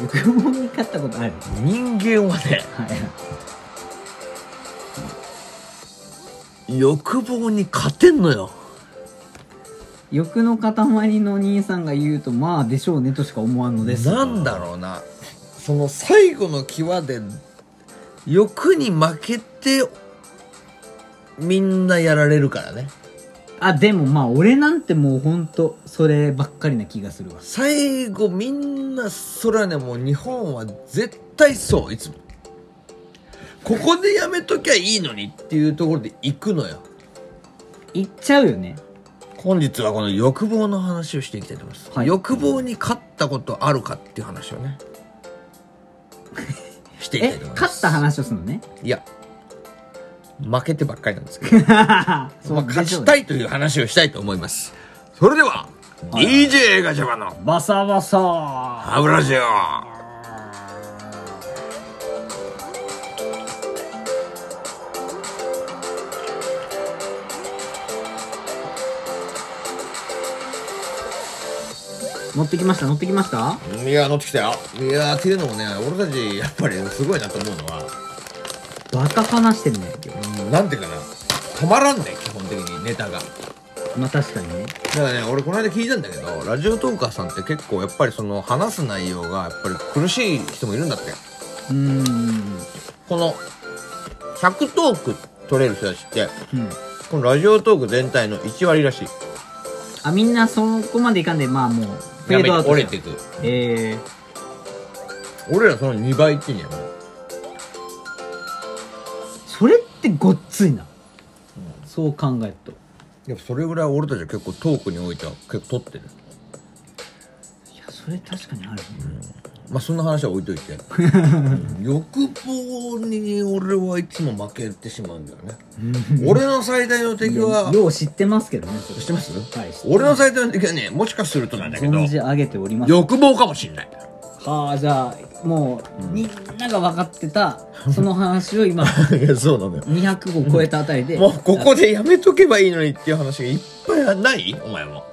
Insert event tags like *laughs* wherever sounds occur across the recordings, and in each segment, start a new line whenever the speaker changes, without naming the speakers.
欲望に勝ったことある
人間はね
はい
欲望に勝てんのよ
欲の塊の兄さんが言うとまあでしょうねとしか思わんのです
なんだろうなその最後の際で欲に負けてみんなやられるからね
あでもまあ俺なんてもうほんとそればっかりな気がするわ
最後みんなそれはねもう日本は絶対そういつもここでやめときゃいいのにっていうところで行くのよ
言っちゃうよね
本日はこの欲望の話をしていきたいと思います、
はい
欲望に勝ったことあるかっていう話
*laughs*
をねしていきた
え
いと思いま
勝っ
す
た話をするのね
いや負けてばっかりなんですけど
*laughs* そう
まあ、勝ちた
い
いという話をしたいと思いますそれでは DJ ガチャバの
バサバサ
ハブラジオ
乗ってきました乗ってきました
いや乗ってきたよいやーっていうのもね俺たちやっぱりすごいなと思うのは、
バカ話してるね今
うん、なんていうかな止まらんね基本的にネタが
日まあ確かにね
だからね俺この間聞いたんだけどラジオトーカーさんって結構やっぱりその話す内容がやっぱり苦しい人もいるんだって
うーん
この100トーク取れる人たちって
うん
このラジオトーク全体の1割らしい
あみんなそこまでいかんでまあもうフェードアウト
折
じゃ
れ
ん
てく
ええー、
俺らその2倍ってんやもう
それってごっついな、そう考えると
やっぱそれぐらい俺たちは結構トークにおいては結構取ってる
いやそれ確かにあるね、
まあそんな話は置いとい
*laughs*
て欲望に俺はいつも負けてしまうんだよね俺の最大の敵はい
やよう知ってますけどね
知ってます
はい知って
俺の最大の敵はねもしかするとなんだけど
存じ上げております
欲望かもしんない
はあじゃあもう、みんなが分かって
*laughs*
たその話を今
いや *laughs* そうなのよ
200を超えたあたりで、
もうここでやめとけばいいのにっていう話がいっぱいないお前も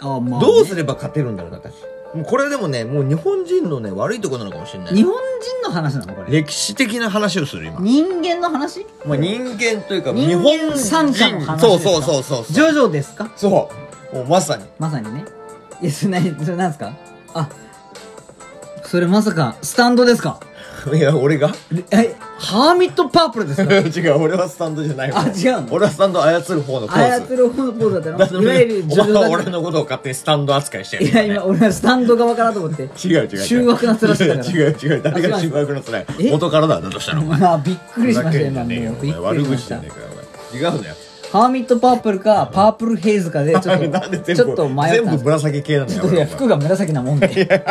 あ、まあね
どうすれば勝てるんだろうな私もうこれでもねもう日本人のね悪いとこなのかもしんない
日本人の話なのこれ
歴史的な話をする今
人間の話
まあ、人間というか
人
日本人
間参加の話
そ
で
う
すか
そうそうそう
ジ
そう
ョジョですか
そうもうまさに
まさにねいやそれなそれなんですかあそれまさかスタンドですか *laughs*
いや俺が
えハーミットパープルです *laughs* か
*laughs* 違う俺はスタンドじゃない
あ違うの
俺はスタンド操る方のコ
操
ース
る方のポーズだった
だ
のいわゆる
お
ジョジ
前
ョだ
は
っ
*laughs* 俺
た
のことを勝手にスタンド扱いしてる
いや今俺はスタンド側かなと思って
違う違う違う
中学の面してたから
違う違う誰が
あ違う
中学のつらい
え
元からだだとしたらお前
まあびっくりしましたよ
ふざ
今も
けんじゃねえよ
う
お
びっ
前
くり
悪
しま
口
し
じゃ
た
ねえかよお前違うのよ
ハーミットパープルかパープルヘイズかでちょっ
なん
と
で *laughs* 全
ちょっと
部
迷った
全
ん
部
です
紫系なの
ちょ
よ
っとい
俺
や
の
服が紫なもん
*laughs*
で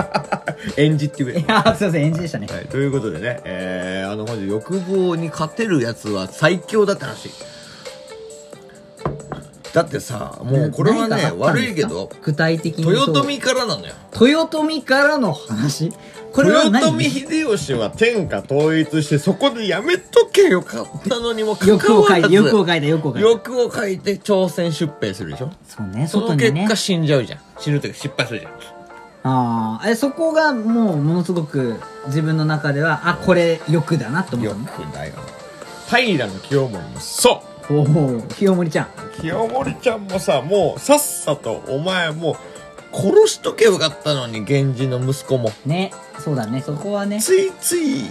演じってくれ
いやすいません演じでしたね
はい、ということでね、えー、あの本日欲望に勝てるやつは最強だって話だってさもうこれは
何
ね
かあったんで
悪
す
い
か
けど
具体的に
豊
そう
臣からなのよ
豊臣からの話これは
豊
何
臣秀吉は天下統一してそこでやめとけよかったのにもかか
欲を
わ
書いて
らず
欲を書いて欲を書いて
欲を書いて朝鮮出兵するでしょ
そうね
そ
外
の
に
結
ね
果死んじゃうじゃん死ぬというか失敗するじゃん
ああえそこがもうものすごく自分の中ではあこれ欲だなと思っ
よ
たの
くないよ平清盛もそう
おお清盛ちゃん
清盛ちゃんもさもうさっさとお前もう殺しとけよかったのに源氏の息子も
ねそうだねそこはね
ついつい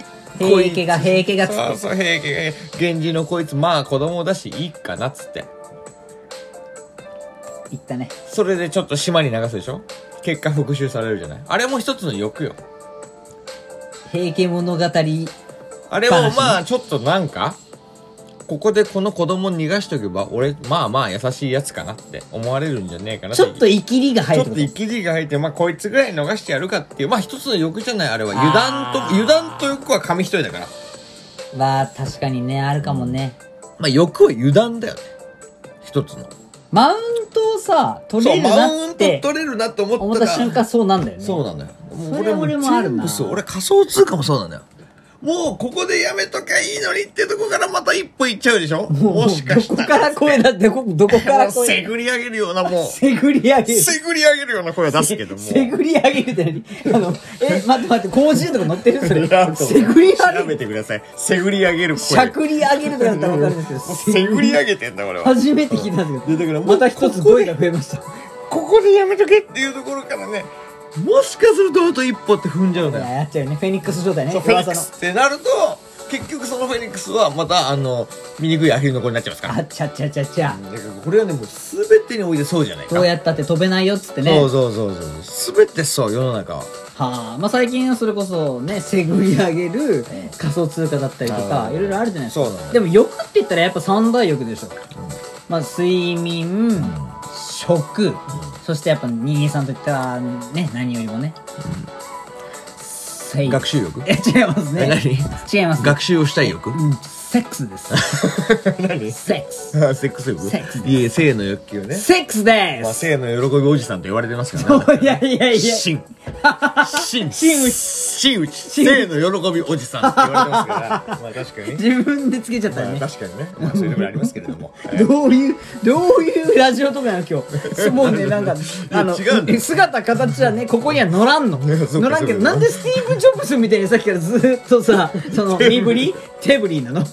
平家が平家がつ
そう
って
そう平家が源氏のこいつまあ子供だしいいかなっつって
言ったね
それでちょっと島に流すでしょ結果復讐されるじゃないあれも一つの欲よ
平家物語
あれ
話
も
ね
まあちょっとなんかここでこの子供逃がしとけば俺まあまあ優しいやつかなって思われるんじゃねえかな
ちょっとイキリが
ち
入
ょ
る
っ
とこ
と息りが入って、まあ、こいつぐらい逃してやるかっていう、まあ、一つの欲じゃない、あれは。油断
あ
と、
ー
油断と欲は紙一重だから。
まあ確かにねあるかもね、
まあ、欲は油断だよね。一つの。
マウントをさ取
そう、
れる
マ
な
ウ
っ
ント
て
取れるなって思
思
っ
ったた
ら。
瞬間そうなんだよね
そうなのよ。
それ俺もあるな
全部そう。俺仮想通貨もそうなのよ。もうここでやめときゃいいのにってとこからまた一歩行っちゃうでしょもしかした
どこから声だどこ、どこから
もうせ
声
ぐり上げるようなもう
せぐり上げる。
せぐり上げるような声を出すけども
せぐり上げるって何あ *laughs* の、え、待って待って、甲子園とか乗ってるそれ。
あと
せぐり
調
上げ
べ
る。
てくださいせぐり上げる
しゃ
声
くり上げるとかだったらわかるんですけど、
もうせぐり上げてんだ俺は
初めて聞いたんですけ
でだから
ど、
もう
また一つ声が増えました。
ここでやめとけっていうところからねもしかするとあと一歩って踏んじゃうのよ
やっちゃうよね、フェニックス状態ね。
そうフェニッ
噂
ク
の。
スってなると結局そのフェニックスはまたあの醜いアヒルの子になっちゃいますから
あっちゃっちゃっちゃっちゃ。
だからこれはねもう全てにおいてそうじゃないか
どうやったって飛べないよっつってね。
そ
は
うそうそうそう全てそう世の中は
あ。まあ最近はそれこそね、せぐり上げる仮想通貨だったりとか、
うん
いろいろあるじゃないですか。
そうなの
でも欲って言ったらやっぱ三大欲でしょ。まあ睡眠、食、そしてやっぱ新さんといったらね、何よりもね。性
学習欲
え、 *laughs* 違いますね。違います、ね。
学習をしたい欲
うん、セックスです。
*laughs* 何
セックス。
セックス欲
セックス
いえ性の欲求ね、
セックスで
まあ、
す、
性の喜びおじさんと言われてますからね
いやいやいや。
真 *laughs* 真
真打ち
真打ち性の喜びおじさんって言われてますから *laughs* まあ確かにね、
自分でつけちゃった
まあ、
ね。
確かにね、まあ、そういうところありますけれど *laughs* も
どういう、どういうラジオとかなの
*laughs*
今日。もうね、なんか、あの、
違うんだよ
姿形はね、ここには乗らんの。
*laughs* やそうか
乗らんけ
そ
ど、
うか
なんでスティーブ・ジョブズみたいにさっきからずーっとさ、
*laughs*
その、身振り手振りなの。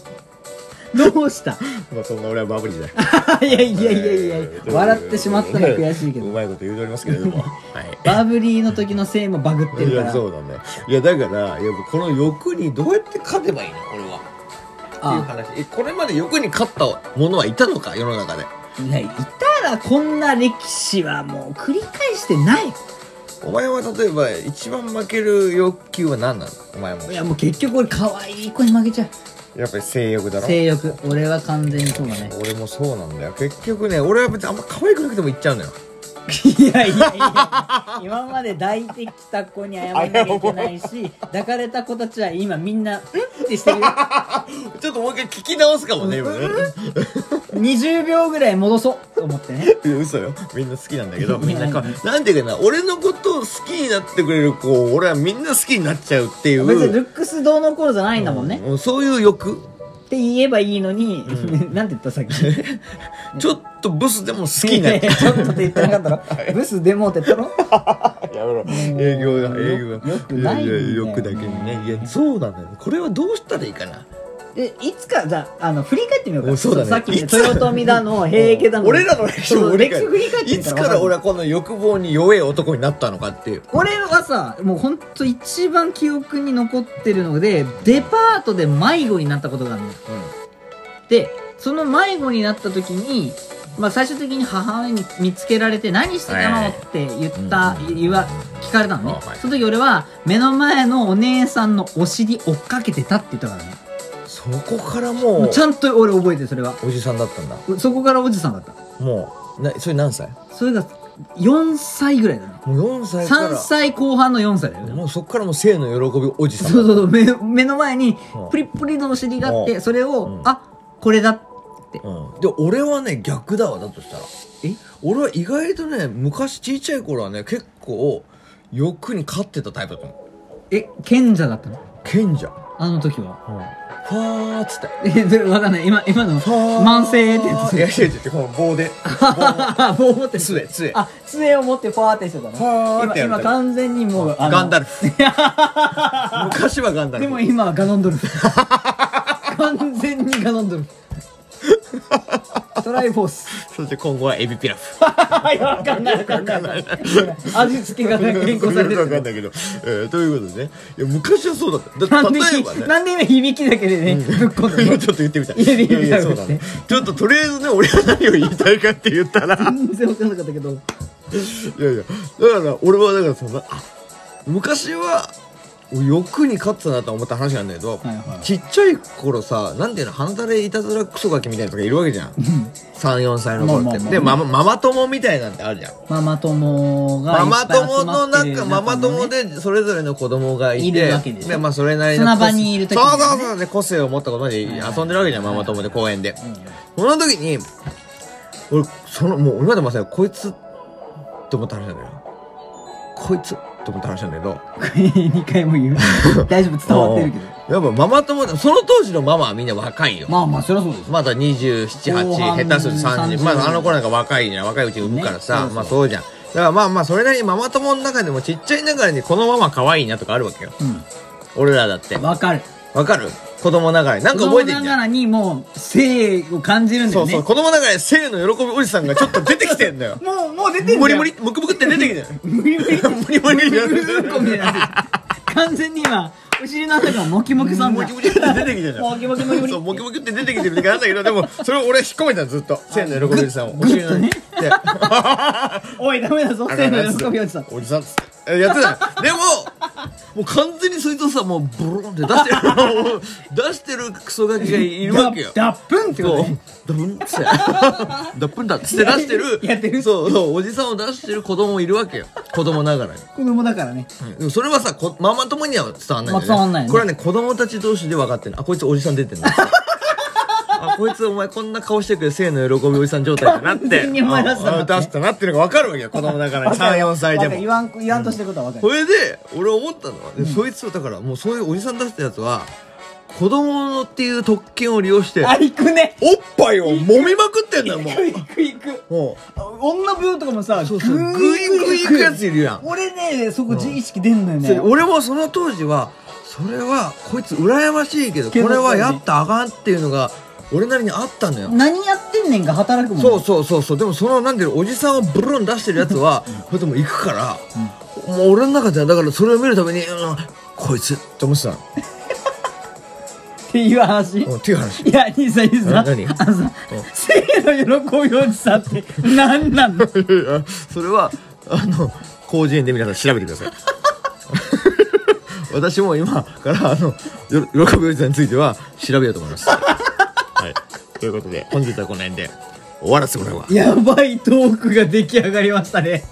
どうした *laughs*
まあそんな俺はバブリーだよ
いやいやいやいや笑ってしまったのが悔しいけ
う
ど。
まいこと言うておりますけれど
*laughs*
もはい
バブリーの時のせいもバグって
い
るか
や
ら。
そうだねいやだからいやこの欲にどうやって勝てばいいの俺は
あ
っていう話えこれまで欲に勝った者はいたのか世の中で
いや、いたらこんな歴史はもう繰り返してない。
お前は例えば一番負ける欲求は何なのお前も
いや、もう結局俺可愛い子に負けちゃう。
やっぱり性欲だろ
性欲俺は完全にそうだね
俺もそうなんだよ結局ね俺は別にあんま可愛くなくてもいっちゃうんだよ
いやいやいや今まで抱いてきた子に謝らなきゃいけないし抱かれた子たちは今みんな「うん?」ってしてるよ
ちょっともう一回聞き直すかもね *laughs* 今ね
20秒ぐらい戻そうと思ってね
いや嘘よみんな好きなんだけどみんなかなんていうかな俺のことを好きになってくれる子を俺はみんな好きになっちゃうっていう
別にルックスどうのこうのじゃないんだもんね、
うんそういう欲
って言えばいいのに、なんて言ったさっき
ちょっとブスでも好きになっ
いやいや *laughs* ちょっとって言ってなかったろブスでもって言ったろ
やめろ営業だ営業だ
よくないんだよ
やや欲だけにねいやそうなんだよこれはどうしたらいいかな
でいつかじゃああの振り返ってみよう
お
か
そうだね
さっき
い
ね
つ
豊臣だの平家だの
俺らの歴史を
そう歴史振り返って
い
みた
つ
ら
から俺はこの欲望に弱え男になったのかっていう
俺はさもうほんと一番記憶に残ってるのでデパートで迷子になったことがあるのよでその迷子になった時にまあ最終的に母親に見つけられて何してた
は
の
い
って言った、
うん
言わ聞かれたのね、
あはい
その時俺は目の前のお姉さんのお尻追っかけてたって言ったからね
そこから
も
も
う
う
ちゃんと俺覚えてるそれは
おじさんだったんだ
そこからおじさんだった
もうなそれ何歳
それが4歳ぐらいだね
もう4歳か
3
ら
歳後半の4歳だよね
もうそこからもう性の喜びおじさん
そうそうそう目目の前に
うん
プリップリのお尻があって
うん
それを、
うん
あこれだって
うん、で俺はね逆だわだとしたら
え
俺は意外とね昔ちっちゃい頃はね結構欲に勝ってたタイプだと思う
え賢者だったの
賢者、
あの時は
うん、ファーっつって
えでわかんない今今の
ファー
慢性ってやつ
いやいやいやこの棒で
あ *laughs* 棒を持って
杖杖
あ杖を持ってファーってしてたの
ファーってやる
今今完全にもうあの
ガンダ
*laughs*
ルフ昔はガンダル
で
フ
も今はガノン
*laughs*
ドルフ完全にガノンドルフトライフォース
そして今後はエビピラフ
いやわかんないわかんないわかんない味付けが変更されて
わかん
る
ないけど、えー、ということでねいや昔はそうだっただ
なんで
例え
ひ
ばね
なんで今響きだけでねぶっ込んだ
今
の
ちょっと言ってみた
いやいやいや
そうだねちょっととりあえずね俺は何を言いたいかって言ったらい
全然わかんなかったけど
やいやだから俺はだからそのあ昔は欲に勝ってたなと思った話なんだけど、
はいはい
ちっちゃい頃さなんていうの鼻垂れいたずらクソガキみたいなのがいるわけじゃん34歳の頃
まあま
って、
あまあ
でママママ友みたいなんてあるじゃん
ママ友が
マ
いっ
マ
ぱい集まってる
友のなんかママ友
ね
でそれぞれの子供がいて
いるわけでしょ
まあそれなりの
砂場にいる時
そうそう
に
そうで個性を持った子まで遊んでるわけじゃんママ友で公園でその時に俺そのもう今でもさこいつって思った話なんだよこいつって思った話なんだけど
*laughs* 2回も言う大丈夫伝わってるけど
やっぱママ友だその当時のママはみんな若いよ
まあまあそりゃそうです
まだ278
後半
下手すると30
30
まああの頃なんか若いじゃん若いうち産むからさ、
ね
まあそうじゃんだからまあまあそれなりにママ友の中でもちっちゃいながらにこのママ可愛いなとかあるわけよ
う
俺らだって
んわかる
わかる子供ながらになんか覚えて
子
ん
供な
じ
が
ゃん
らにもう性を感じるんだ
そ
よ
う
ね
そう子供ながらに性の喜びおじさんがちょっと出てきてんだよ
もうもう出てる
無理無理ムクムクって出てきてる
無理無理
無理無理
うずんこみたいになってる完全に今お尻の中がモキモキさんだ
モキモキって出てきてるじゃん
モキモキモキモキ
そうモキモキって出てきてるってなんだけどでもそれを俺引っ込めたのずっと性の喜びおじさんをお尻の
グ
ね
ッおいダメだぞ性の喜びおじさん
おじさんっつってえやってないでももう完全にそいつをさもうブロンって出してる出してるクソガキがいるわけよ
ダップンってこと
そう
ね
ダブンっつってダブンだっつって出してる
やってる
そうそうおじさんを出してる子供もいるわけよ子供ながらに、
子供だからね
うんでもそれはさこママ友には伝わんないよね
まあ伝わんないね
これはね子供たち同士で分かってるあこいつおじさん出
*laughs*
てるなあこいつお前こんな顔してくる性の喜びおじさん状態だなって
完 *laughs* 全に思い出したな
ああ出したなっていうのが分かるわ
*laughs*
けよ子供ながらに34歳で
わかる
も
言わん言わんとしてることはわか
そ
る
れで俺思ったのは、でそいつをだからもうそういうおじさん出したやつは子供のっていう特権を利用して
あ行くね
おっぱいを揉みまくってんだよも
行
う
く行く行く
も
女病とかもさ
そうそう
ー
グイグイ行くやついるやん
俺ねそこ自意識出んのよ
う
ね
それ俺もその当時はそれはこいつ羨ましいけどこ
けど
れはやったらあかんっていうのが俺なりにあったのよ
何やってんねんが働くもんね
そうそうそうそうでもそのなんでおじさんをブルン出してるやつはこれでも行くから、もう俺の中ではだからそれを見るために、うんこいつって思ってたの
っていう話
うんっていう話
いや兄さん兄さん
何
あのさ性の喜びおじさんって何なの
それはあの広辞苑で皆さん調べてください *laughs* 私も今からあのよ喜びおじさんについては調べようと思いますはいということで本日はこの辺で終わらせてもらうわ
やばいトークが出来上がりましたね